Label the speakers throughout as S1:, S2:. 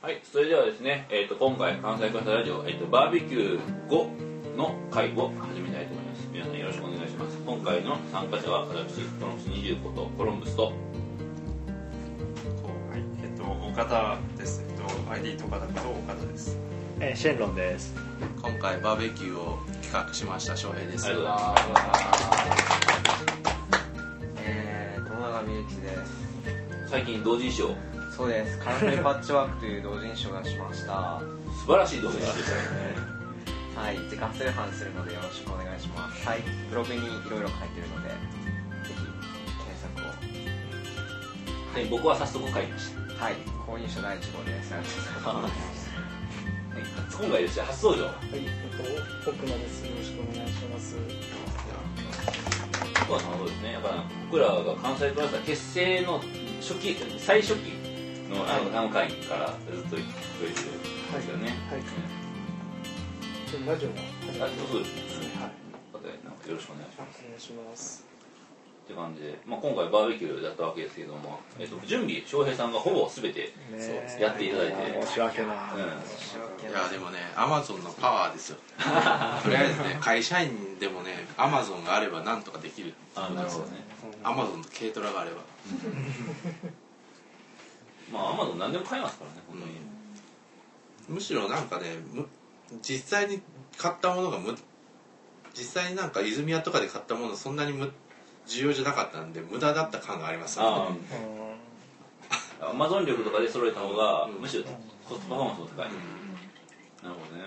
S1: はい、それではですね、えー、と今回関西関西ラジオ、えー、とバーベキュー5の会を始めたいと思います皆さんよろしくお願いします今回の参加者は私トロンス20ことコロンブスと
S2: はい、えっと、岡田です。えっと、ID とかだと岡田です。
S3: えーシェンロンです。
S4: 今回バーベキューを企画しました翔平です
S1: ありがとうござい
S5: えー、友永美幸です
S1: 最近同人誌を
S5: そうです「カラフルパッチワーク」という同人誌を出しましたは
S1: 素晴らしい同人誌でしたね
S5: い自家通販するのでよろしくお願いしますはいブログにいろいろ書いてるのでぜひ検索
S1: はい僕は早速書いました、
S5: をはい購入者第1号ですありがとうございます
S1: はい、今回ですね初登場
S6: はい、えっと、奥野です。よろしくお願いします。
S1: 僕はそうですねやっぱ僕らが関西関西結成の初期最初期のあのあの回からずっと言ってるんですよね、
S6: はい、
S1: う
S6: ちょっとラジオが始
S1: んあ
S6: まりま
S1: そうで
S6: し
S1: す
S6: た
S1: ね
S6: ね。はい、
S1: 方へなんかよろしくお願いします
S6: お願いします。
S1: って感じで、まあ、今回バーベキューだったわけですけども、えっと準備翔平さんがほぼ全て
S3: ね
S4: そうです
S1: やっていただいて、
S3: 申し訳ない。
S1: う
S4: いやでもねアマゾンのパワーで すよとりあえずね会社員でもねアマゾンがあればなんとかできる
S1: ん、あなるほどね
S4: アマゾンと軽トラがあれば
S1: まあアマゾン何でも買えますからね本当に、
S4: むしろなんかねむ実際に買ったものがむ実際になんか泉屋とかで買ったものそんなにむ重要じゃなかったんで無駄だった感がありますよね
S1: ああアマゾン力とかで揃えた方が、むしろコストパフォーマンスも高い、なるほどね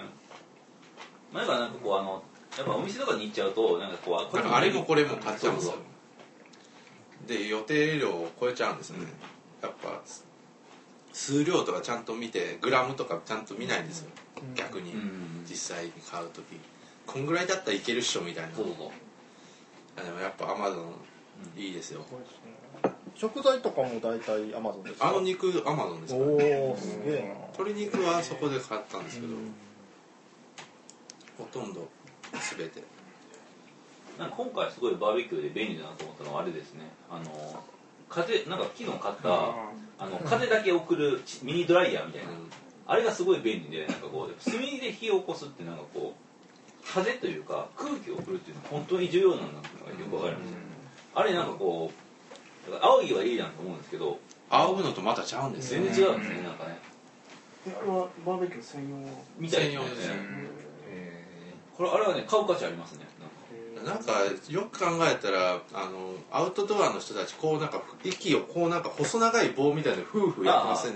S1: 前からなんかこうあのやっぱお店とかに行っちゃうとなんかこう
S4: なんかあれもこれも買っちゃうんですよで予定量を超えちゃうんですよね、やっぱ数量とかちゃんと見てグラムとかちゃんと見ないんですよ、逆に、
S1: うん
S4: 実際に買う時こんぐらいだったらいけるっしょみたいな
S1: そうそうそう
S4: あでもやっぱアマゾンいいですよ、
S3: 食材とかも大体アマゾンです
S4: あの肉アマゾンです
S3: お
S4: から
S3: お、すげえ
S4: 鶏肉はそこで買ったんですけど、ほとんど全て
S1: なんか今回すごいバーベキューで便利だなと思ったのはあれですねあの風なんか昨日買ったあの風だけ送るちミニドライヤーみたいなあれがすごい便利でなんかこう炭で火を起こすってなんかこう風というか空気を送るっていうのは本当に重要なんだっていうのがよくわかりましたねあれなんかこうだから青いはいいなと思うんですけど
S4: 仰ぐのとまたちゃうんですよ
S1: 全
S4: ね
S1: 然違うんですねなんかね
S6: いや、バーベキュー専用。
S1: みたい
S4: 専
S1: な
S4: 用
S1: ね
S4: ですね
S1: これあれはね買う価値ありますねなんか
S4: なんかよく考えたらあのアウトドアの人たちこうなんか息をこうなんか細長い棒みたいな夫婦やってません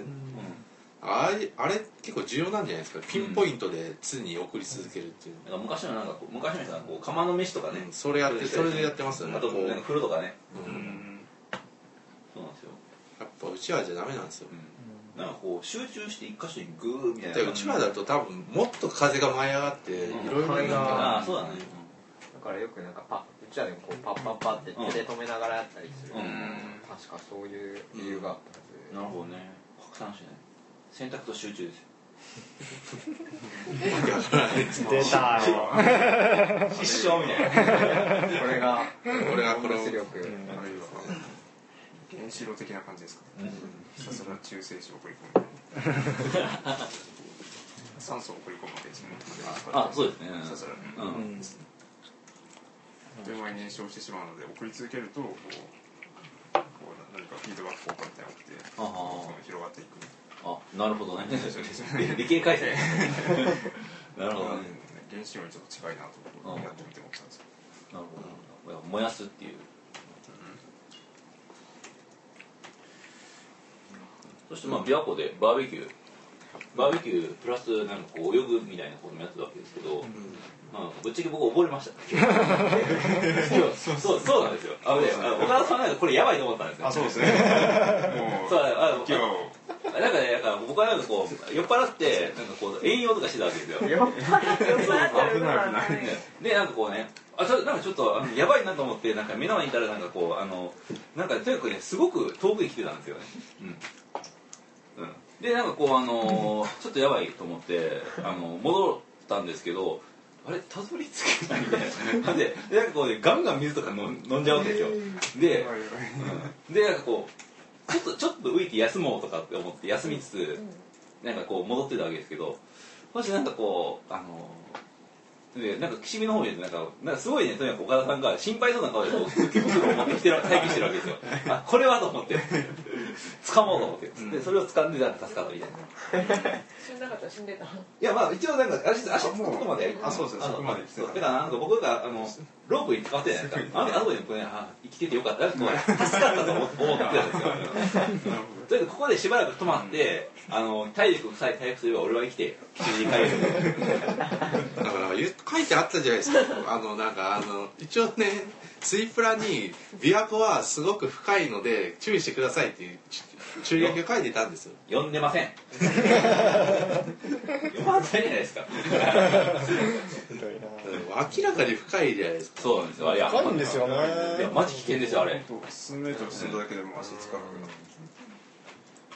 S4: あれあれ結構重要なんじゃないですかピンポイントで常に送り続けるっていう、
S1: なんか昔のなんかこう昔の人はこう釜の飯とかね、
S4: うんそれやってそれでやってますよね
S1: あとこうなんか風呂とかね
S4: うん
S1: そうなんですよ、
S4: やっぱうちわじゃダメなんですよ
S1: うん、なんかこう集中して一箇所にグーみたいな
S4: でうちわだと多分もっと風が舞い上がっていろいろなん
S1: あ
S4: か
S1: あそうだね
S5: だからよくなんかパうちらでもこうパッパッパって手で止めながらやったりする、
S1: うん
S5: 確かそういう理由があったはず、
S1: なるほどね拡散しない選択と集中ですよ
S3: 出たよ。
S1: 一生みたいな
S5: これが
S4: これがこの
S5: 出
S2: あ
S5: 力、
S2: れは、原子炉的な感じですか、ひたすら中性子を送り込む。 酸素を送り込むわけですね。
S1: あそうですね
S2: ひたすら。
S1: うん、
S2: 手前燃焼してしまうので、送り続けると、こう、こう何かフィードバック効果みたいなのが起きて、
S1: あ
S2: その広がっていく。
S1: ああなるほ どね理系回 線なるほどね
S2: 原子炉にちょっと近いなと、やってみて思ったんですけど。
S1: なるほどいや燃やすっていう、そしてまあ琵琶湖でバーベキューバーベキュープラスなんかこう泳ぐみたいなこともやってたわけですけど、まあ、ぶっちゃけ僕溺れ ましたそうそうなんですよあのねあの岡田さんなんかこれやばいと思ったんですよ
S2: あ、そうですね。 も う
S1: そう、あの
S2: 今日、
S1: なんかねなんか僕はなんかこう酔っ払ってなんかこう遠用とかしてたわけですよ
S2: 危ない危ない。
S1: でなんかこうねあちょなんかちょっとあのやばいなと思ってなんか目の前にいたらなんかこうあのなんかとにかくねすごく遠くに来てたんですよねうん、うん、でなんかこうあのーちょっとやばいと思ってあの戻ったんですけどあれたどり着けないみたいな ででなんかこうねガンガン水とか飲ん飲んじゃうんですよで、うんでなんかこうちょっとちょっと浮いて休もうとかって思って休みつつ、なんかこう戻ってたわけですけどもしなんかこうあのでなんか岸見の方見るとなんかなんかすごいねとにかく岡田さんが心配そうな顔でこう福袋を持ってきてる待機してるわけで すよあこれはと思って掴もうと思ってでそれを掴んでたら助かったみたいない
S7: 死んだかったら死んでた
S1: やまあ一応なんか足足つ
S2: あ
S1: く
S2: もう
S1: とこまで
S2: あそうですね
S1: あの
S2: そこまで来て
S1: そう
S2: た
S1: だからなんか僕があのロープに使ってないですかあのあそこにこれ、ね、あ生きててよかったこう助かったと思って思ってたんですよ
S2: なるほ
S1: とりあえずここでしばらく止まって、あの体力さえ回復すれば俺は生きて吉に帰 る
S4: だから言う書いてあったじゃないですかあのなんかあの一応ねツイプラに琵琶湖はすごく深いので注意してくださいっていうち注意書きを書いてたんですよ
S1: 呼んでません 呼ばないじゃないですか
S3: みたいな
S4: 明らかに深いじゃないですか
S1: そうなんですよいや
S3: 深いんですよね
S1: いやマジ危険ですよあれ
S2: ど数メートル進んだだけでも足つかなくなって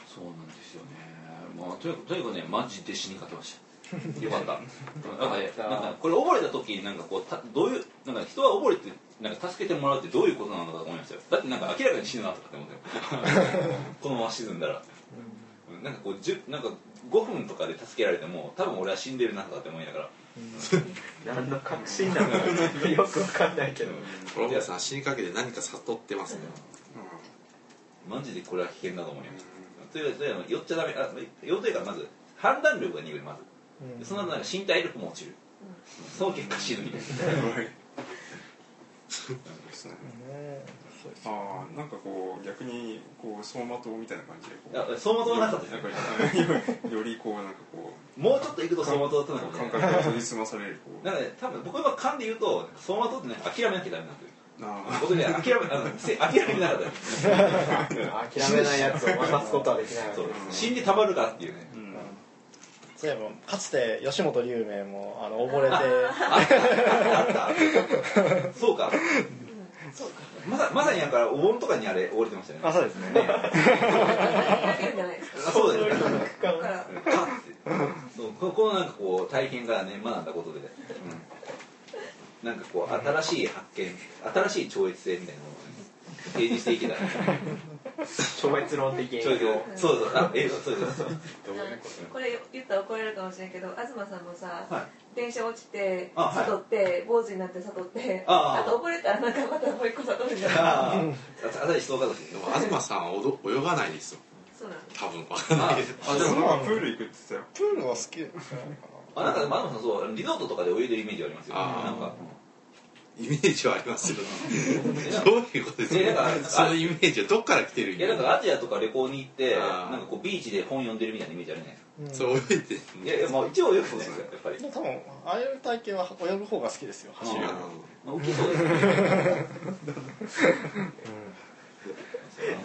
S1: そうなんですよねまあとにかくとにかくねマジで死にかけま したよかったなんかねなんかこれ溺れた時になんかこうたどういうなんか人は溺れてなんか助けてもらうってどういうことなのかと思いましたよだってなんか明らかに死ぬなとかって思って このまま沈んだらなんかこうじゅなんか5分とかで助けられても多分俺は死んでるなとかって思いながら
S5: 何の確信なのか よくわかんないけど
S4: ロボさん死にかけて何か悟ってますね
S1: マジでこれは危険だと思いましたとりあえずとりあえず寄っちゃダメあ寄るというかまず判断力が鈍るまず
S3: うん
S1: その後なんか身体力も落ちるその結果死ぬみたいな
S2: ですね
S3: ねそうです
S2: ああなんかこう逆にこう走馬灯みたいな感じでこう
S1: いや相馬灯なかったです
S2: な
S1: ね
S2: んかはいよりこうなんかこ
S1: もうちょっと行くと
S2: う
S1: 走馬灯だったのかもしれ
S2: 感
S1: ない
S2: 覚を研ぎ澄まされるこう
S1: なので多分僕は勘で言うと走馬灯ってなんか諦めなきゃダメなんですよ
S2: あ
S1: 僕ね諦めあのせ諦めなかったです
S5: 諦めないやつを渡すことはできないわけ
S1: そう
S5: です
S1: 死んでたまるかっていうね
S2: ーうん
S3: そういえばかつて吉本龍明もあの溺れて
S1: あったあったそうか
S7: そうか
S1: まさまさにだからお盆とかにあれ溺れてましたよね
S3: あそうですね
S7: 諦めるんじゃないですか
S1: あ そうだよね
S7: だから
S1: うんかってそうここのなんかこう体験からね学んだことで、うん、なんかこう新しい発見新しい超越性みたいなものをね提示していけたら
S5: 超越論的
S1: 超越をそうそうあえそうそうそう
S7: これ言ったら怒られるかもしれないけど東さんもさ、
S1: はい
S7: 電車落ちて
S1: あはい
S7: 悟って坊主になって悟って
S1: ああ
S7: と溺れたらなんかまたもう一個悟るんじゃない
S1: ああ新しい思想家とし
S4: でも東さんはおど泳がないですよ
S7: そうなの
S4: 多分 わかんないけど
S2: あでもなんかプール行くって言ってたよ
S3: プールは好き
S1: あなんかでも東さんそうリゾートとかで泳いでるイメージありますよ
S4: あー
S1: なんか
S4: イメージはありますよどういうことです
S1: いやだか
S4: からそのイメージはどっから来てる
S1: いやなんかアジアとか旅行に行って
S4: あー
S1: なんかこうビーチで本読んでるみたいなイメージあるじゃないですか
S4: そう泳いで
S1: いやいやまあ一応泳ぐんですよやっぱり
S3: でも多分ああいう体型は泳ぐ方が好きですよ走るより
S1: 大きそうですね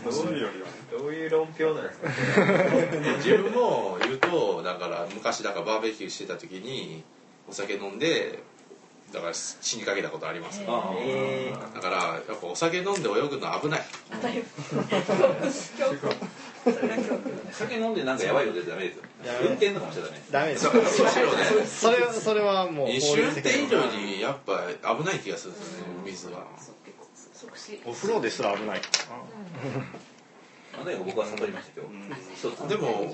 S2: 走るよりはね
S5: どういう論評なんですか
S4: 自分も言うとだから昔だからバーベキューしてた時にお酒飲んでだから死にかけたことありますよ
S1: あー
S5: え
S4: だからやっぱお酒飲んで泳ぐの危ない
S7: 当たり前教訓それが教訓
S1: 酒飲んでなんかやばいことやっちゃダメですよ
S3: やばい
S1: 運転とかもしちゃダメ
S3: ダメです
S4: むしろね
S3: それそれはもう
S4: 飲酒運転以上にやっぱ危ない気がするんですよね水は
S7: そう結構即死
S3: お風呂ですら危ない
S1: あの時僕は悟りましたけど、一つ
S4: でも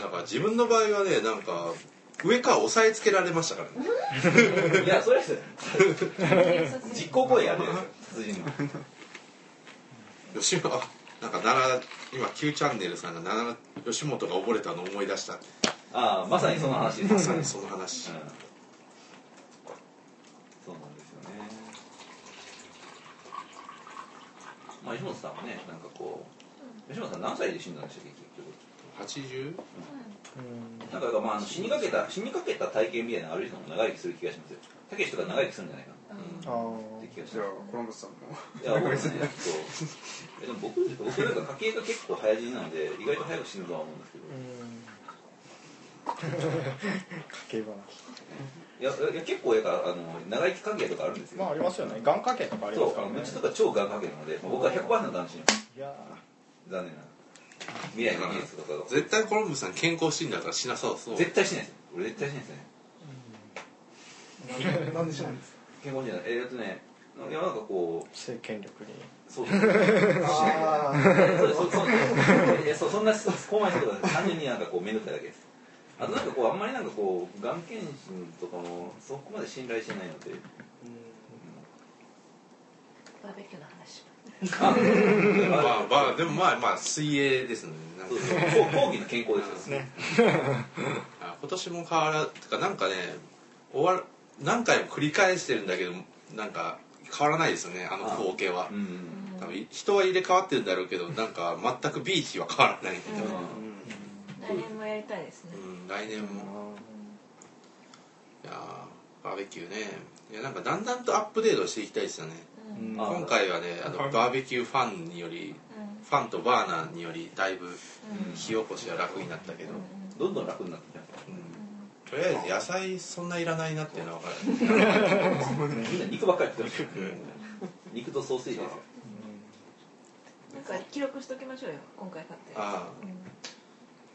S4: なんか自分の場合はねなんか上から押さえつけられましたからね
S1: いやそれは実行行為やで殺人の
S4: 吉本なんか奈良今 Q チャンネルさんが奈良吉本が溺れたのを思い出した
S1: ああまさにその話です
S4: まさにその話
S1: うんそうなんですよねまあ吉本さんはねなんかこう吉本さん何歳で死んだんでしたっけ
S4: 80?
S1: 結局なんかまああの死にかけた死にかけた体験みたいなのある人も長生きする気がしますよたけしとか長生きするんじゃないかな
S3: あ
S1: って気がし
S2: じゃ
S1: ま
S2: あ
S1: す
S2: コロンブスさんも
S1: いや、僕ね、そう。えでも僕、僕なんか家系が結構早死になので、意外と早く死ぬとは思うんですけど
S3: ーう。ん家計話
S1: いや、いや結構やから、あの、長生き関係とかあるんですよ。
S3: まあありますよね眼科系とかあり
S1: そ
S3: ますか
S1: う、
S3: ら
S1: あの
S3: ね
S1: うちとか超がんかけなので、もう僕は100%男子よ。
S3: いや
S1: 残念ながら。未来の技術とかが。
S4: 絶対コロンブスさん健康診断からしなさそう
S1: 絶対しないですよ。俺絶対しないですね。
S6: なんでなんでしないんですか
S1: 健康診断、えー、っとね、なんかなんかこう
S3: 性権力に
S1: そうそうそう
S6: あ
S1: そうそう いやそうそんなこうまいことは単純になんかこう面倒くさいだけですあとなんかこうあんまりなんかこう眼検診とかもそこまで信頼してないので
S7: バーベキューの話
S4: まあまあでもまあまあ水泳ですねなんか
S1: そうそうこう講義の健康ですよね
S4: あ今年も変わらてかなんかね終わる何回も繰り返してるんだけどなんか変わらないですよねあの光景は
S1: うんうん
S4: 多分人は入れ替わってるんだろうけどなんか全くビーチは変わらないみたいな、
S7: 来年もやりたいですね
S4: うん、来年もいやーバーベキューねいやなんかだんだんとアップデートしていきたいですよね
S3: うん
S1: あ
S4: 今回はねあの
S2: はい
S4: バーベキューファンによりファンとバーナーによりだいぶ火起こしは楽になったけど、
S1: どんどん楽になってきた
S4: うんとりあえず野菜そんないらないなっていうのは分かる
S1: みんな肉ばっかり食ってる肉とソーセージですよ
S7: なんか記録しときましょうよ今回買って
S4: あ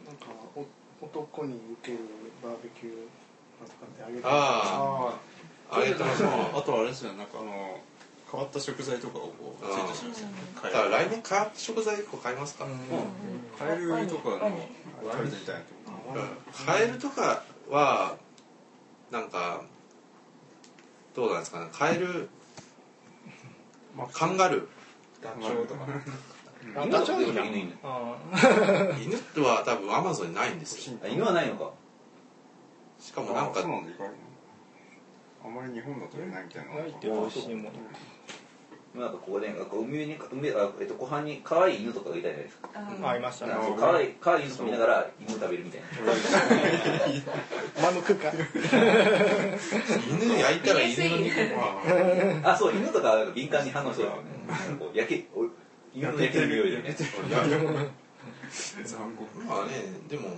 S4: あ
S6: なんかお男に受けるバーベキューとかってあげて
S4: ああれだ
S2: あ
S4: も
S2: あとはあれですねなんかあの変わった食材とかをこう
S4: あー
S2: ツイートしますね
S4: だ
S2: 買
S4: から
S2: え
S4: 来年買った食材1個買いますか、
S2: カエルとかの
S7: ワ
S2: あ
S7: ニ
S2: るみたいな
S4: カエルとかはなんかどうなんですかねカエル、まあ、カンガル
S2: ダチョウとか
S1: 犬は全然いいね
S4: ー犬は多分アマゾンにないんですよ
S1: あ犬はないのか
S4: しかもなん
S2: あ
S4: か
S2: そうなんだ意外にあんまり日本だといないみたいな
S3: ないって美味しいもの
S1: なんかここでなんか海に海あえっと湖畔に可愛い犬とかがいたじゃないですか
S3: ありましたね
S1: なんかそう可愛い可愛い犬とか見ながら犬食べるみたいな
S3: 間の空間
S4: 犬焼いたら犬の肉も
S1: あ、そう、犬とかなんか敏感に反応するよね。こう焼け、お犬の焼ける匂いでね。
S4: いや
S2: 残酷
S4: まあねでも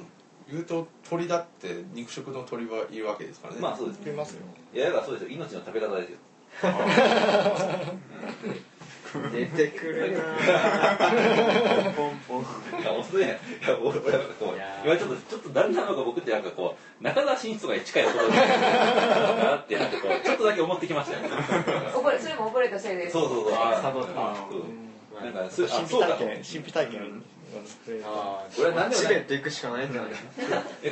S4: 言うと鳥だって肉食の鳥はいるわけですからね
S1: まあそうです
S3: 食い
S1: ね。
S3: ますよ
S1: いや、だからそうですよ。命の食べ方ですよ。 出てくるな。いや、本当ね、いや、俺、俺なんかこう、今ちょっと、ちょっとだんだんなんか僕ってなんかこう、中田真一とかに近いところだなって、なんかこう、ちょっとだけ思ってきましたよね。
S7: 溺れそれも溺れたせいです
S1: そうそうそう。あうんなんか、そう、あ、
S3: 神
S1: そ
S3: 秘
S1: うだ
S3: 体。験神秘体験
S5: ああ
S1: 俺は何でも
S5: チ
S1: ない
S5: ベット行くしかないんじゃない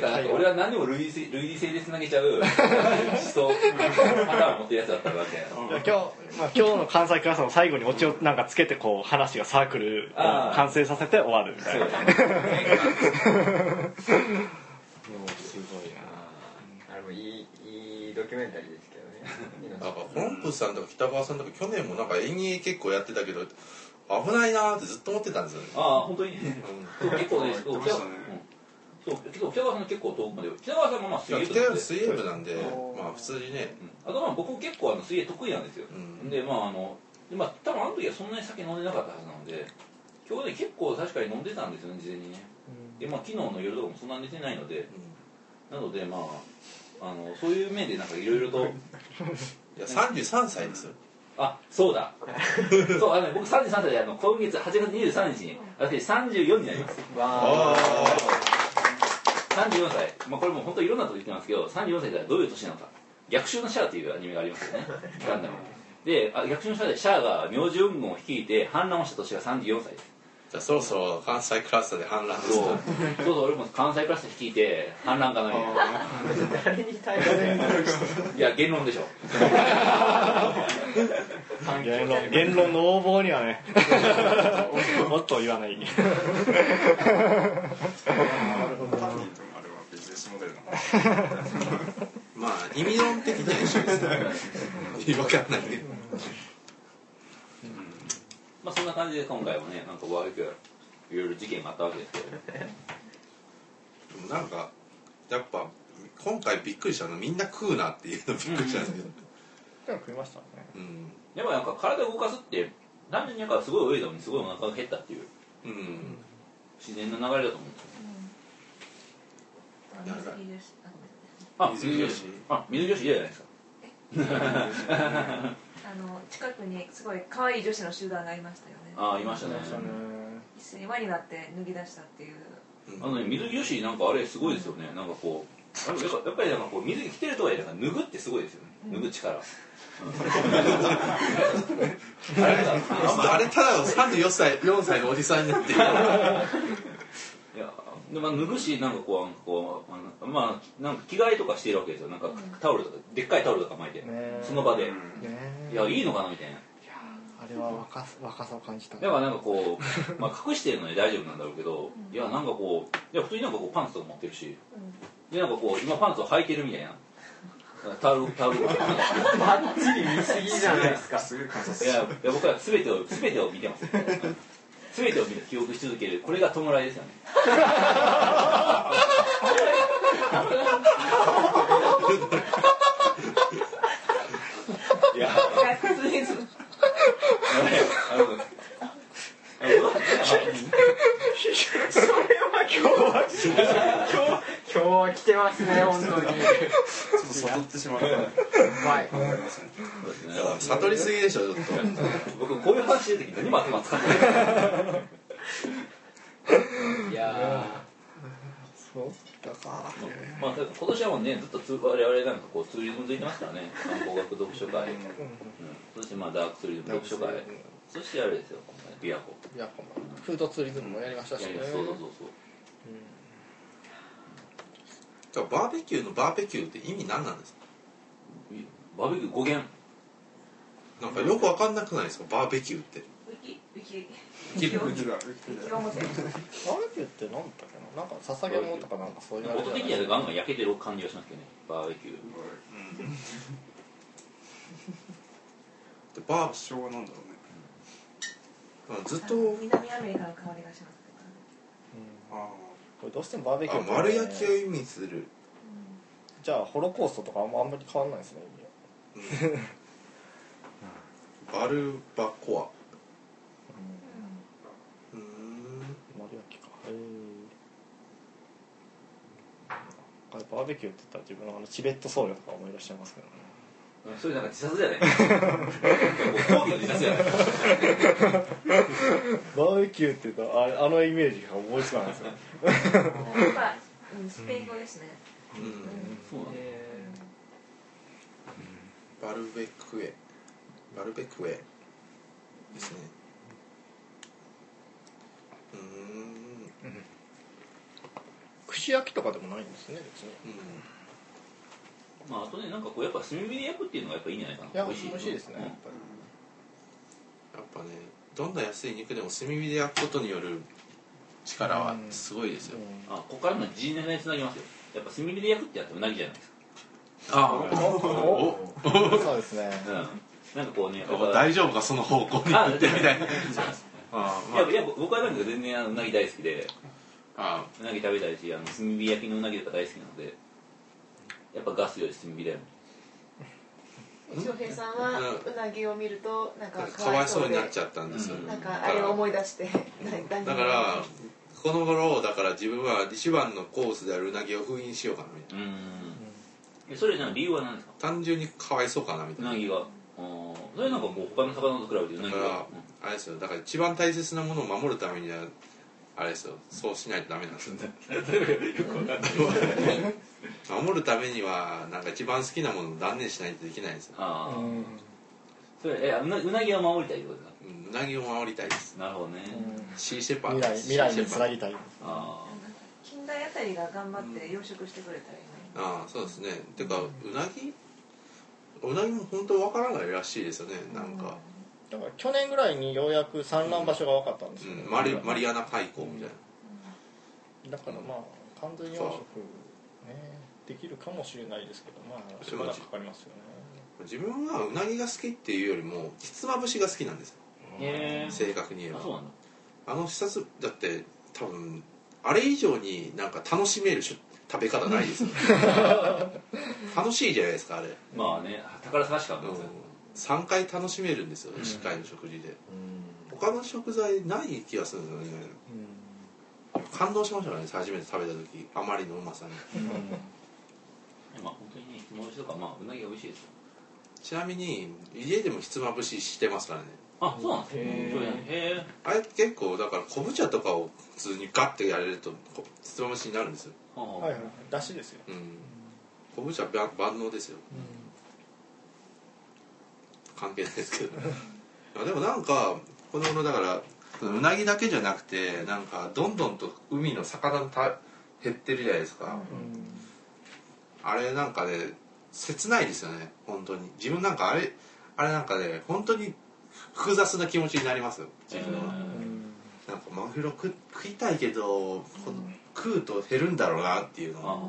S1: だからなんか俺は何でも類似性類似性でつなげちゃう思想パターンを持ってるやつだったわけ
S3: いや今日まあ今日の関西クラスの最後にオチをなんかつけてこう話がサークルを
S1: あー
S3: 完成させて終わるみたいなすごいな
S5: あれもいいいいドキュメンタリーですけどね
S4: なんかコロンプスさんとか北川さんとか去年もなんか演芸結構やってたけど危ないなーってずっと思ってたんですよね、
S1: ああ本当に
S4: うん
S1: そう結構ね
S2: そう
S1: そう
S2: 言って
S1: 北
S2: ました
S1: 川
S2: ね
S1: そう結構北川さん結構遠くまで北川さんもまあ
S4: い
S1: 水
S4: や
S1: 泳部なん
S4: 北は
S1: で
S4: 水泳部なんで
S6: おー
S4: まあ普通にね
S1: うんあとまあ僕結構あの水泳得意なんですよ
S4: うん
S1: でまああのでまあ多分あの時はそんなに酒飲んでなかったはずなので今日ね結構確かに飲んでたんですよね事前にねでまあ昨日の夜とかもそんなに寝てないのでなのでまああのそういう面でなんかいろいろと
S4: いや33歳ですよ
S1: あそうだそうあの、ね、僕33歳であの今月8月23日に私34になります
S5: わ
S4: あ
S1: 34歳、まあ、これもう本当いろんなこと言ってますけど34歳ではどういう年なのか「逆襲のシャア」というアニメがありますよねガンダムであ逆襲のシャアでシャアが明治運動を率いて反乱をした年が34歳です
S4: じゃあそろそろ関西クラスターで反乱です
S1: そう
S4: ね
S1: そうそう俺も関西クラス率いて反乱かなみたいな
S5: ー誰に対して
S1: いや言論でしょ
S5: 反響
S3: 言論言論の横暴には ねもっと言わない
S2: タニーとあれはビジネスモデルなの
S4: まあ意味論的には一緒ですねわかんないけど
S1: まあそんな感じで今回もねなんかバーベキューいろいろ事件があったわけですけど
S4: でもなんかやっぱ今回びっくりしたのみんな食うなっていうのびっくりしたんですけど
S3: でも食いましたね
S4: うん
S1: やっぱなんか体を動かすって単純になんかすごい泳いだのにすごいお腹が減ったっていう
S4: うん
S1: 自然な流れだと思うんですよ
S7: 水着です
S1: あ
S4: 水着女子
S1: あ水着女子嫌じゃないですか
S7: あの近くにすごい可愛い女子の集団がいましたよね
S1: ああいましたね
S7: 一斉に輪になって脱ぎ出したっていう
S4: うん
S1: あのね水着女子なんかあれすごいですよねなんかこうやっぱやっぱりなんかこう水着着てるとはいえなんか脱ぐってすごいですよね脱ぐ 力、あれだ
S4: あんまあれただの34歳4歳のおじさんになってる
S1: いやでまあ脱ぐしなんかこうなんかこうあのまあなんか着替えとかしてるわけですよなんかタオルとかでっかいタオルとか巻いて、
S3: ね
S1: その場で、
S2: うん
S3: ね
S1: いやいいのかなみたいな
S3: あれは若さ若さを感じた
S1: だからなんかこう、まあ、隠してるのに大丈夫なんだろうけど、いやなんかこういや普通になんかこうパンツとか持ってるし でなんかこう今パンツを履いてるみたいなタオルタオルとかなんか
S5: バッチリ見すぎじゃないですか
S2: すごい観察
S1: いやいや僕は全てを全てを見てます全てを見て記憶し続けるこれが弔いですよねいや普通にすやばいあのあの
S5: それは今日は今日今日は来てますね本当に
S2: ちょっと悟ってしまったな
S5: うまい
S1: そうですね
S4: 悟りすぎでしょちょっ
S1: 僕こういう話してる時何も頭使ってない
S5: いや
S6: そうだか
S1: まあ、今年はもうねずっとつ我々なんかこうツーリズムついてますからね観光学読書会、うんそしてまあダークツーリズム読書会そしてあれですよ今回琵琶湖
S7: いやこのフードツーリズムもやりましたし
S1: いや
S7: ね
S1: いやそうそうそうそう
S4: とバーベキューのバーベキューって意味何なんですか
S1: バーベキュー語源
S4: なんかよく分かんなくないですかバーベキューって
S8: ウキウキ
S2: ウキウキだウキ
S8: ウ
S2: だ
S8: キを持って
S7: バーベキューってなんだったっけななんか捧げ物とかなんかそういうあれじ
S1: 音
S7: ゃな
S1: 的
S7: い
S1: にはガンガン焼けてる感じがしますけどねバーベキュー
S4: でバ
S2: 発祥はなんだろうね
S4: ーずっ
S8: あの
S4: と
S8: 南アメリカの香りがします
S2: ああ
S7: これどうしてもバーベキュ
S4: あ
S7: ーって
S4: 丸焼きを意味する
S7: じゃあホロコーストとかあんまあんまり変わんないですね意味は
S4: バルバコアうーん
S7: 丸焼きかへえバーベキューって言ったら自分のあのチベット僧侶とか思い出しちゃいますけどね
S1: それなんか自殺じゃない抗議の自殺じゃない
S7: バーベキューって言ったらあれあのイメージが思いつかないですよね
S8: やっぱ、うん、スペイン語ですね、
S4: うん
S1: そうなんだ
S4: バルベクエバルベクエですねうーん
S7: 串焼きとかでもないんですね別に
S4: うん
S1: まああとねなんかこうやっぱ炭火で焼くっていうのがやっぱいいんじゃないかない
S7: や美味しいですねやっぱり
S4: やっぱねどんな安い肉でも炭火で焼くことによる力はすごいですよ、
S1: うんあここからの G ネタにつなぎますよやっぱ炭火で焼くってやったらうなぎじゃないです
S4: ああ
S7: おそうですね
S1: かうんなんかこうねやっぱ
S4: お大丈夫かその方向に行ってみたいなあ
S1: いやいや僕はなんか全然あのうなぎ大好きで
S4: あ
S1: うなぎ食べたいしあの炭火焼きのうなぎとか大好きなのでやっぱガスより炭火だよね
S8: 翔平さんはうなぎを見るとなんか
S4: かわいそうになっち
S8: ゃ
S4: ゃったんですよ、
S1: うん
S8: なんかあれを思い出してだ
S4: だからこの頃だから自分は一番のコースであるうなぎを封印しようかなみたいうな
S1: ーんえそれなんか理由は何ですか
S4: 単純にかわいそうかなみた
S1: う
S4: いな
S1: なぎがあーそれなんかこう他の魚と比べてうな
S4: だ
S1: ぎ
S4: か
S1: が
S4: らあれですよだから一番大切なものを守るためにはあれですよそうしないとダメなん ですよ守るためにはなんか一番好きなものを断念しないといけないんですよ
S1: ああそれえうなうなぎは守りたいってことで
S4: うんうなぎを守りたいです
S1: すかなるほどね
S4: シーシェパー
S7: 未
S4: ド
S7: 来
S4: です
S7: 未来に
S4: シ
S7: つ
S4: ーシェパー
S7: なぎたい
S1: あ
S8: 近代あたりが頑張って養殖してくれたらいい
S4: ドああそうですねてかうなぎうなぎも本当わからないらしいですよねなんか、
S7: だから去年ぐらいにようやく産卵場所が分かったんです
S4: う
S7: よね
S4: ん、マリマリアナ海溝みたいな
S7: だからまあ完全養殖ねできるかもしれないですけどまあしばらくかかりますよね
S4: 自分はうなぎが好きっていうよりもひつまぶしが好きなんですよ
S1: あへえ
S4: 正確に言えば
S1: あそうなんだ
S4: あの視察だって多分あれ以上になんか楽しめる食食べ方ないで すよ楽しいじゃないですかあれ、
S1: まあね宝探し感あ
S4: う
S1: るん
S4: ん
S1: ですよ、
S4: 3回楽しめるんですよね1回の食事で、他の食材ない気がするんですよね、感動しましたからね初めて食べた時あまりのうまさに
S1: まあ本当にねひつまぶしとかまあうなぎが美味しいですよ
S4: ちなみに家でもひつまぶししてますからね
S1: あそうなんですねへえ
S4: あれ結構だから昆布茶とかを普通にガッてやれるとこひつまぶしになるんですよ、
S1: はあ
S7: はいはいだしですよ
S4: うん、昆布茶は万万能ですよ関係ないですけどいやでもなんかこのだからそのうなぎだけじゃなくてなんかどんどんと海の魚のた減ってるじゃないですか、あれなんかね切ないですよね本当に自分なんかあれあれなんかね本当に複雑な気持ちになりますよ自分は、なんかマグロ食食いたいけど、この食うと減るんだろうなっていうの
S1: ああ
S4: が
S1: なる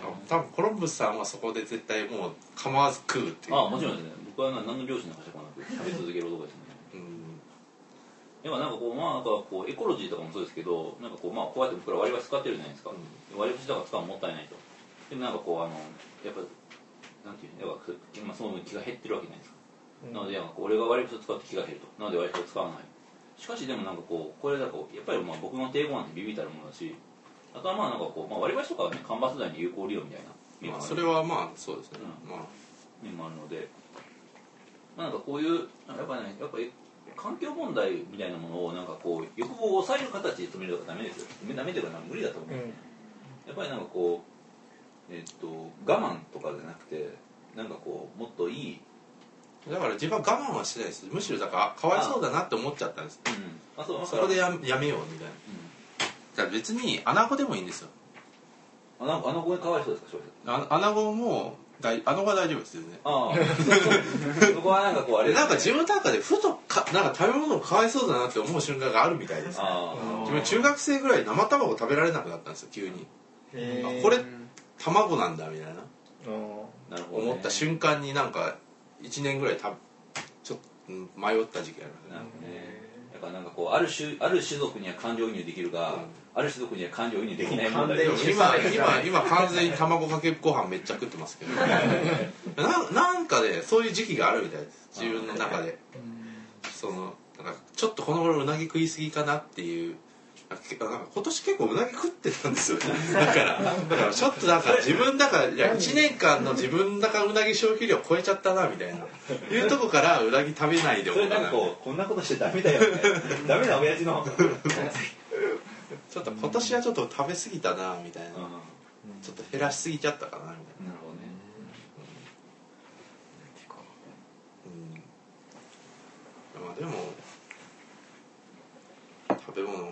S1: ほどね
S4: 多分コロンブスさんはそこで絶対もう構わず食うっていう
S1: あもちろんですね僕はな何の両親のかしらなく食べ続ける男ですね
S4: うん
S1: でもなんかこうまあなんかこうエコロジーとかもそうですけどなんかこうまあこうやって僕ら割り箸使ってるじゃないですか、
S4: う
S1: 割り箸とか使うのもったいないとでもなんかこうあのやっぱなんていうのやっぱ今その分気が減ってるわけじゃないですか、なのでなんかこう俺が割り箸を使って気が減るとなので割り箸を使わないしかしでもなんかこうこれだとやっぱりまあ僕の抵抗なんてビビたるものだしあとはまあなんかこう、まあ、割り箸とかはね間伐材に有効利用みたいな面
S4: ま
S1: も
S4: あ、
S1: る
S4: それはまあそうですね、
S1: うん
S4: まあ
S1: 面もあるので、まあ、なんかこういうなんかやっぱねやっぱり環境問題みたいなものをなんかこう欲望を抑える形で止めるとかダメですよダメというか無理だと思う、やっぱりなんかこうえっと我慢とかじゃなくてなんかこうもっといい、
S4: だから自分は我慢はしてないですむしろだからあかわいそうだなって思っちゃったんです
S1: あそう
S4: そこでややめようみたいなだから別に穴子でもいいんですよ
S1: うん、あのあの子にかわいそうですか翔平
S4: あ穴子もだい穴子は大丈夫ですよね
S1: あ あそこはなんかこうあれ
S4: で
S1: ですね、
S4: なんか自分の中でふとかなんか食べ物かわいそうだなって思う瞬間があるみたいです
S1: あ
S4: 自分中学生ぐらい生卵食べられなくなったんですよ急に
S7: へ
S4: あこれ卵なんだみたいな
S1: あなるほど、ね、
S4: 思った瞬間になんか1年ぐらいたちょっとうん迷った時期あります
S1: なる
S4: ね
S1: ほどねだからなんかこうある種ある種族には感情移入できるが、
S4: うん
S1: ある種族には感情移入できない問題
S4: で
S1: で
S4: も今今今完全に卵かけご飯めっちゃ食ってま すけどななんかねそういう時期があるみたいです自分の中でそのなんかちょっとこの頃うなぎ食いすぎかなっていうなんかなんか今年結構うなぎ食ってたんです よねだからだからちょっとなんか自分だからいや1年間の自分だからうなぎ消費量超えちゃったなみたいないうとこからうなぎ食べないでお
S1: そ
S4: こ
S1: れ
S4: う
S1: な
S4: か
S1: ん
S4: な
S1: かこうこんなことしてダメだよ ねダメな親父の、
S4: ちょっと今年はちょっと食べ過ぎたなみたいな
S1: うんなる
S4: ちょっと減らしすぎちゃったかなみたいな
S1: ほどね
S4: うん、まあでも食べ物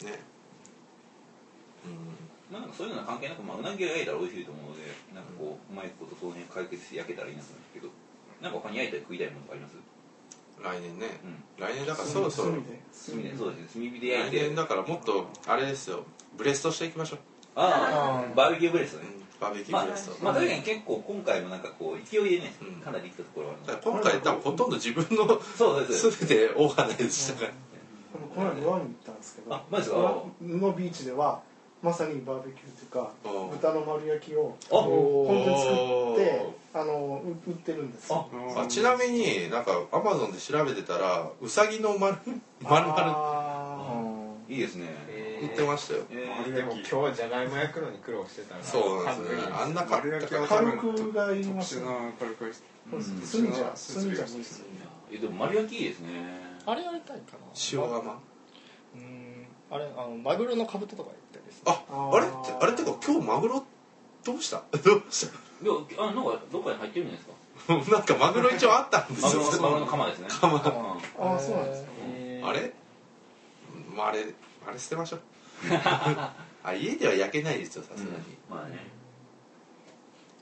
S4: ねうん
S1: まあなんかそういうのは関係なく、まあ、うなぎが焼いたら美味しいと思うのでなんかこううまいことその辺解決して焼けたらいいなと思うんですけどなんか他に焼いたり食いたいものとかあります
S4: 来年ね
S1: う
S4: 来年だからそろそろ
S6: 隅で
S1: ん炭そうですね炭火で焼い
S4: 来
S1: て
S4: 年だからもっとあれですよブレストしていきましょう、
S1: ああバーベキューブレス
S4: う
S1: ね、
S4: ん、バーベキュ
S1: ま
S4: ー
S1: あ
S4: ブレスト、、
S1: まあ確かに結構今回もなんかこう勢いでね
S4: うん
S1: かなりいったところはあるので
S4: だから今回多分ほとんど自分の
S1: そう です
S4: 全てオーガナイズしたから、
S6: あのこの間ルワンに行ったんですけど
S1: あマジですか
S6: ルワンのビーチではまさにバーベキューというか
S4: おー
S6: 豚の丸焼きを
S1: あ
S6: 本当に作ってあのう売ってるんですよ
S4: あちなみになんかアマゾンで調べてたらウサギの丸丸々
S6: あ
S1: いいですね
S4: 売ってましたよ
S1: えー
S5: でも今日じゃがいも焼くのに苦労してたな
S4: そうなんですよねあんなか
S2: 丸焼き
S6: ー
S2: は多
S6: 軽
S2: 分
S6: くがいり
S2: 特
S6: ま
S2: 殊
S6: すね
S2: な軽く
S6: そうです
S1: うん
S6: 炭じゃ炭じゃ無理です
S1: いやでも丸焼きいいですね
S7: あれやりたいかな
S4: 塩釜
S7: うんあれあのマグロのかぶととかやりたいです
S4: あ
S6: あー
S4: あれってあれってか今日マグロどうした どうし
S1: いやあなんかどっかに入ってるんじゃないですか
S4: たなんかマグロ一応あったんで
S1: マ
S4: す
S1: グ
S4: よ
S1: ロマグロの釜ですね
S7: あ
S1: うん
S6: ああそうなんですか
S4: あれ、まあ、あれあれ捨てましょう あ家では焼けないですよさすがに、
S1: まあね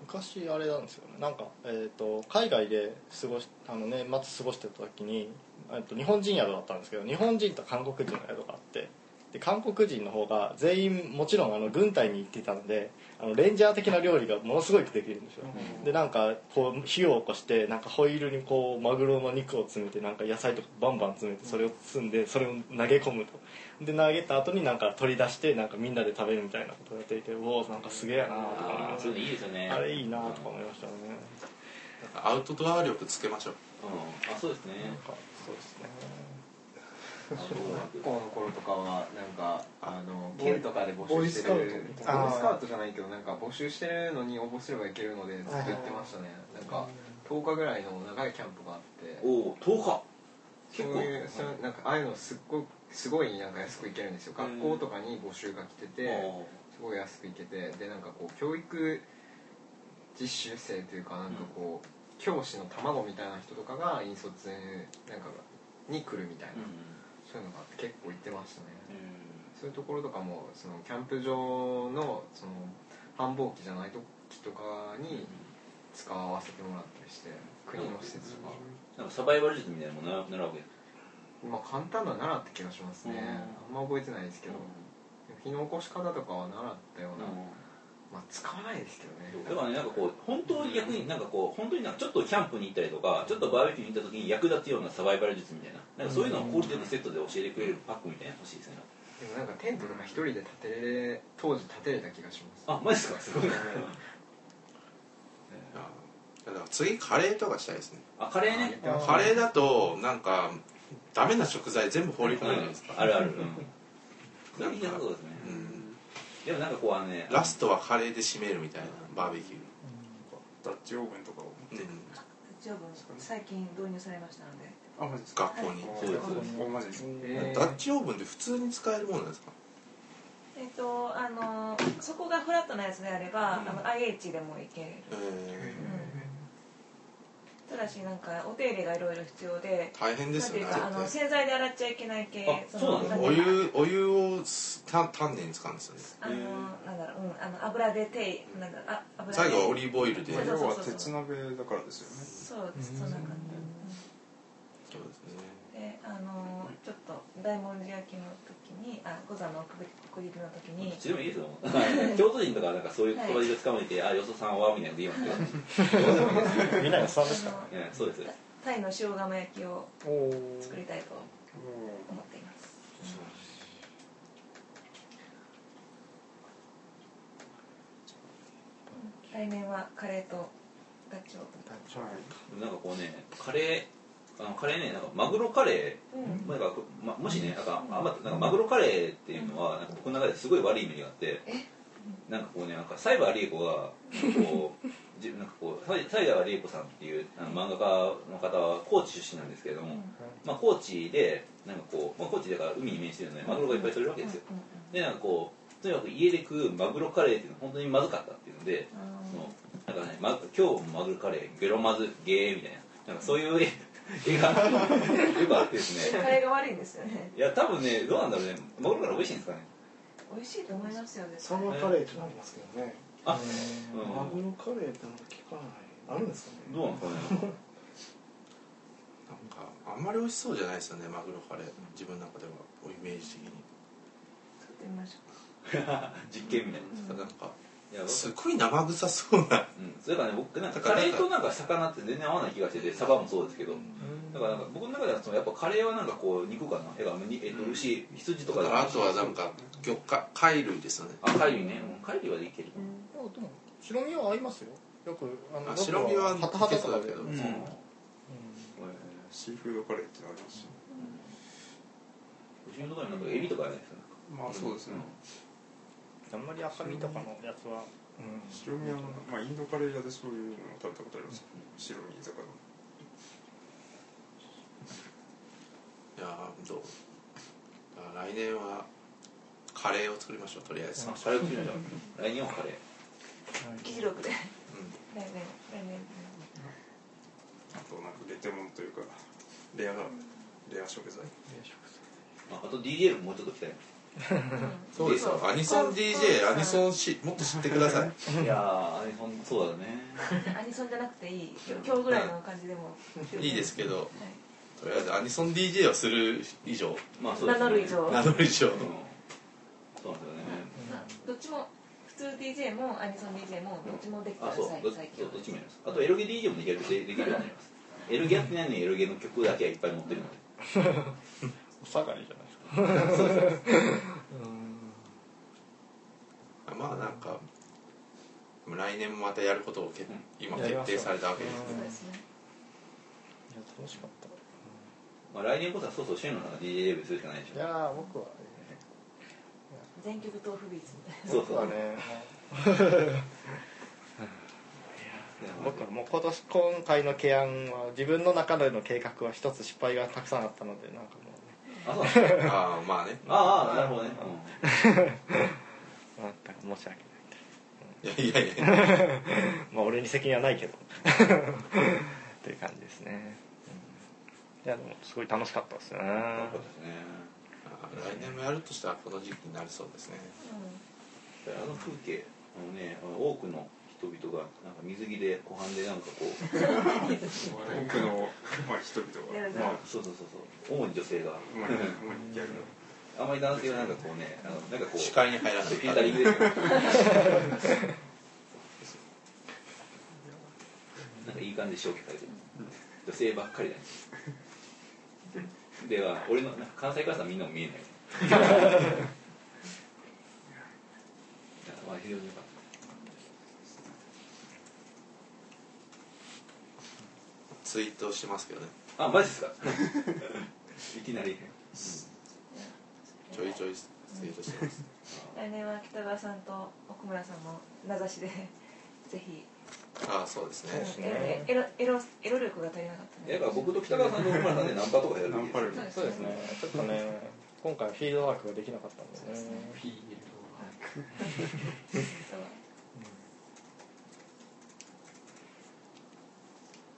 S7: 昔あれなんですよねなんか、えー、と海外で過ごしあの年末過ごしてた時に、えー、と日本人宿だったんですけど日本人と韓国人の宿があってで韓国人の方が全員もちろんあの軍隊に行っていたのであのレンジャー的な料理がものすごいできるんですよでなんかこう火を起こしてなんかホイールにこうマグロの肉を詰めてなんか野菜とかバンバン詰めてそれを包んでそれを投げ込むとで投げた後になんか取り出してなんかみんなで食べるみたいなことをやっていてうおーなんかすげえなとか思い
S1: あー
S7: まし
S1: そ
S7: た
S1: れでいいですよね
S7: あれいいなとか思いましたね
S4: アウトドア力つけましょう
S1: うんあそうですね
S7: なんかそうですね
S5: 小学校の頃とかはなんかあの
S6: ボーイ
S5: 県とかで募集してる
S6: ボーイスカウトみたい
S7: な
S5: ボーイスカウトじゃないけどなんか募集してるのに応募すればいけるのでずっと行ってましたねなんか10日ぐらいの長いキャンプがあって
S1: おお10日
S5: そう
S1: 結構
S5: いうそういうなんかああいうのすっごくすごいなんか安く行けるんですよ学校とかに募集が来てて
S1: お
S5: すごい安く行けてでなんかこう教育実習生というかなんかこう、教師の卵みたいな人とかが引率なんかに来るみたいな、
S1: ー
S5: そういうのがあって結構行ってましたね、
S1: う
S5: そういうところとかもそのキャンプ場のその繁忙期じゃない時とかに使わせてもらったりして国の施設とか、
S1: んなんかサバイバル術みたいなものを習うわけ
S5: まあ簡単なのは習った気がしますね、
S1: う
S5: あんま覚えてないですけど、火の起こし方とかは習ったような、
S1: う
S5: まあ使わないですけ
S1: ん
S5: ど
S1: だ
S5: ね
S1: からねなんかこう本当に逆になんかこう本当になんかちょっとキャンプに行ったりとかちょっとバーベキューに行った時に役立つようなサバイバル術みたいななんかそういうのをコールデットセットで教えてくれるパックみたいなの欲しいですね
S5: でもなんかテントとか一人で建てれ当時建てれた気がします
S1: あマジですかすごいな
S4: あだから次カレーとかしたいですね
S1: あカレーね
S5: あ
S4: カレーだとなんかダメな食材全部放り込むじゃないですか、
S1: あるあるうん
S4: なん
S1: いや
S4: か
S1: そうですね
S4: うん
S1: でもなんかこうあのね
S4: ラストはカレーで締めるみたいなバーベキュ
S2: ダッチオーブンとかを
S4: ー、うん、
S9: 丈夫最近導入されましたので
S2: あマジです
S4: 学校に、
S1: そうですそうです
S2: おマジです
S5: え
S4: ダッチオーブンって普通に使えるものなんですか
S9: えっとあのそこがフラットなやつであれば、
S1: うん
S9: あの IH でもいける、
S4: え
S9: うんただしなんかお手入れがいろいろ必要で
S4: ー、大変ですよね
S9: なんていうかあの
S4: 絶対
S9: 洗剤で洗っちゃいけない系
S1: あ
S9: の
S1: そうなの
S4: お
S9: んていうか
S4: 湯お湯をすた丹念に使うんですよね
S9: あのなんだろう、うん、あの油で手なんだろうあ油で
S4: 最後はオリーブオイルで
S9: そう
S4: そ
S9: そうう
S2: 要は鉄鍋だからですよね
S9: そうですそうなんか
S4: ですね
S9: であのちょっと大文字焼きの時にあ五山の奥行きの時
S1: ど
S9: に
S1: っちでもいいですよ京都人とかなんかそういう言葉で捕まえて「あよそさんは」みたいなこと言いますけどどうでもいいです
S7: うんみんなが
S9: あ
S7: そうでした
S9: の
S1: いやそうです
S9: タイの塩釜焼きを
S6: おお
S9: 作りたいと思っていますうん来年はカレーとダッチョウ
S1: なんかこうねカレーあのカレーねなんかマグロカレ
S9: うん
S1: ーなんか、ま、もしねなんかあんまなんかマグロカレーっていうのはなんか僕の中ですごい悪い意味があってなんかこうねなんかサイバーリエコがこうじなんかこうサイサイバーリエコさんっていうあの漫画家の方は高知出身なんですけれども、まあ、高知でなんかこう、まあ、高知だから海に面してるのでマグロがいっぱい取れるわけですよ、でなんかこうとにかく家で食うマグロカレーっていうのは本当にまずかったっていうので、そのなんかね、ま、今日もマグロカレーゲロまずゲーみたいななんかそういう絵絵がよくあってです
S9: カ
S1: ね
S9: レーが悪いんですよね
S1: いや多分ねどうなんだろうねマグロカレー美味しいんですかね
S9: 美味しいと思いますよね
S6: サーバーカレーってのありますけどね
S1: あ、
S6: マ
S1: う
S6: グロカレーってなんか聞かないあるんですか
S1: ん、
S6: ね
S1: どうなんですかね
S4: なんかあんまり美味しそうじゃないですよねマグロカレー自分の中ではイメージ的に
S9: 作ってみましょ
S1: 実験みたいな
S4: なんか
S1: いや、
S4: すごい生臭そうな
S1: うん、それからね僕なんかカレーとなんか魚って全然合わない気がしててサバもそうですけどだからなんか僕の中ではそのやっぱカレーはなんかこう肉かなえがにえっと牛羊と
S4: だ
S1: か
S4: からあとは
S1: な
S4: なんか魚介貝類ですよね
S1: あ貝類ね、うん、貝類はいける、
S7: いやでも白身は合いますよよくあ
S4: あ白身は
S7: ハタハタとか
S4: いけ
S7: で
S4: そうだ
S7: うん
S4: けど
S1: うん
S2: シーフードカレーってのありましたね
S1: 牛のところになんかエビとかやないですか
S2: まあそうですね
S7: あんまり赤身とかのやつはうん
S2: 白身はまあインドカレー屋でそういうのを食べたことあります白身居酒屋の
S4: いやーどうだから来年はカレーを作りましょうとりあえず、
S1: あカレー作りましょう来年はカレー
S9: う議事録で来
S4: うん
S9: 年来年
S2: あとなんかゲテモンというかレアレア食材
S1: ああと DJM もうちょっと来たい
S4: そうですよアニソン DJ アニソンしもっと知ってください
S1: いやーあれほんそうだね
S9: アニソンじゃなくていい今日今日ぐらいの感じでも
S4: いいですけど
S9: はい
S4: とりあえずアニソン DJ をする以上
S1: まあそうですね
S9: 名乗る以上
S4: 名乗る以上
S1: うんそうなんですよね
S9: まあどっちも普通 DJ もアニソン DJ もどっちもできた
S1: あ
S9: ら
S1: そう
S9: 最
S1: どっ
S9: 最
S1: ち
S9: 強
S1: もどっちもやりますあとエロゲ DJ もできるでできるようになりますエロゲやってないのにエロゲの曲だけはいっぱい持ってるので
S7: お下がりじゃないですか
S4: まあなんか来年もまたやることをけ今
S7: やり
S4: 決
S7: ましょう
S4: 定されたわけですね
S9: そうですね
S7: いや楽しかった
S1: まあ来年こそはそうそう週の中 DJ デビューするしかないでし
S7: いや
S1: ょ
S7: ー僕は
S9: 全曲豆腐ビーツみたい
S1: そう
S7: 僕
S1: そう
S7: はね僕
S1: 僕
S7: はもう今年今回の提案は自分の中での計画は一つ失敗がたくさんあったのでなんかもうね
S1: あそうなんですか
S4: ああまあね
S1: ああなるほどね、
S3: 全く申し訳ない
S4: いやいやいや
S3: まあ俺に責任はないけど っていう感じですね、うんいやでもすごい楽しかったですね
S1: うん、そうですね
S4: あー来年もやるとしたらこの時期になりそうですね
S1: あの風景あのね多くの人々がなんか水着で湖畔でなんかこう
S2: 多くの、まあ、人々
S9: や
S2: が、
S9: るぞ
S2: まあ、
S1: そうそうそうそう主に女性が
S2: まあ、主にギャルの
S1: あんまり男性はなんかこうねあのなんかこう
S4: 視界に入らせ
S1: フ
S4: て
S1: ィルタリングですよなんかいい感じで消去されてる女性ばっかりだねでは俺のなんか関西からさみんなも見えないいやまあ非常に良かった
S4: ツイートしてますけどね
S1: あマジですかいきなり
S4: ちょいちょいツイートしてます
S9: 来年は北川さんと奥村さんの名指しでぜひ
S4: ああそうですね
S9: えエロエロエロ力が足りなかった
S1: や
S9: ね
S1: っぱ僕と北川さんと奥村さんでナンパとかやる
S2: ナンパ力
S9: そ
S7: そう
S9: うです
S7: ですねちょっとね今回フィードワークができなかったんでね
S5: フィール
S9: そう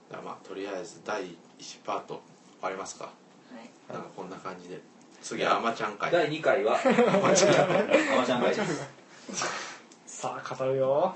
S4: じゃあまあとりあえず第1パート終わりますか
S9: はい
S4: なんかこんな感じで次はあまちゃん会
S1: 第2回は浜ちゃん浜ちゃん会です
S7: さあ語るよ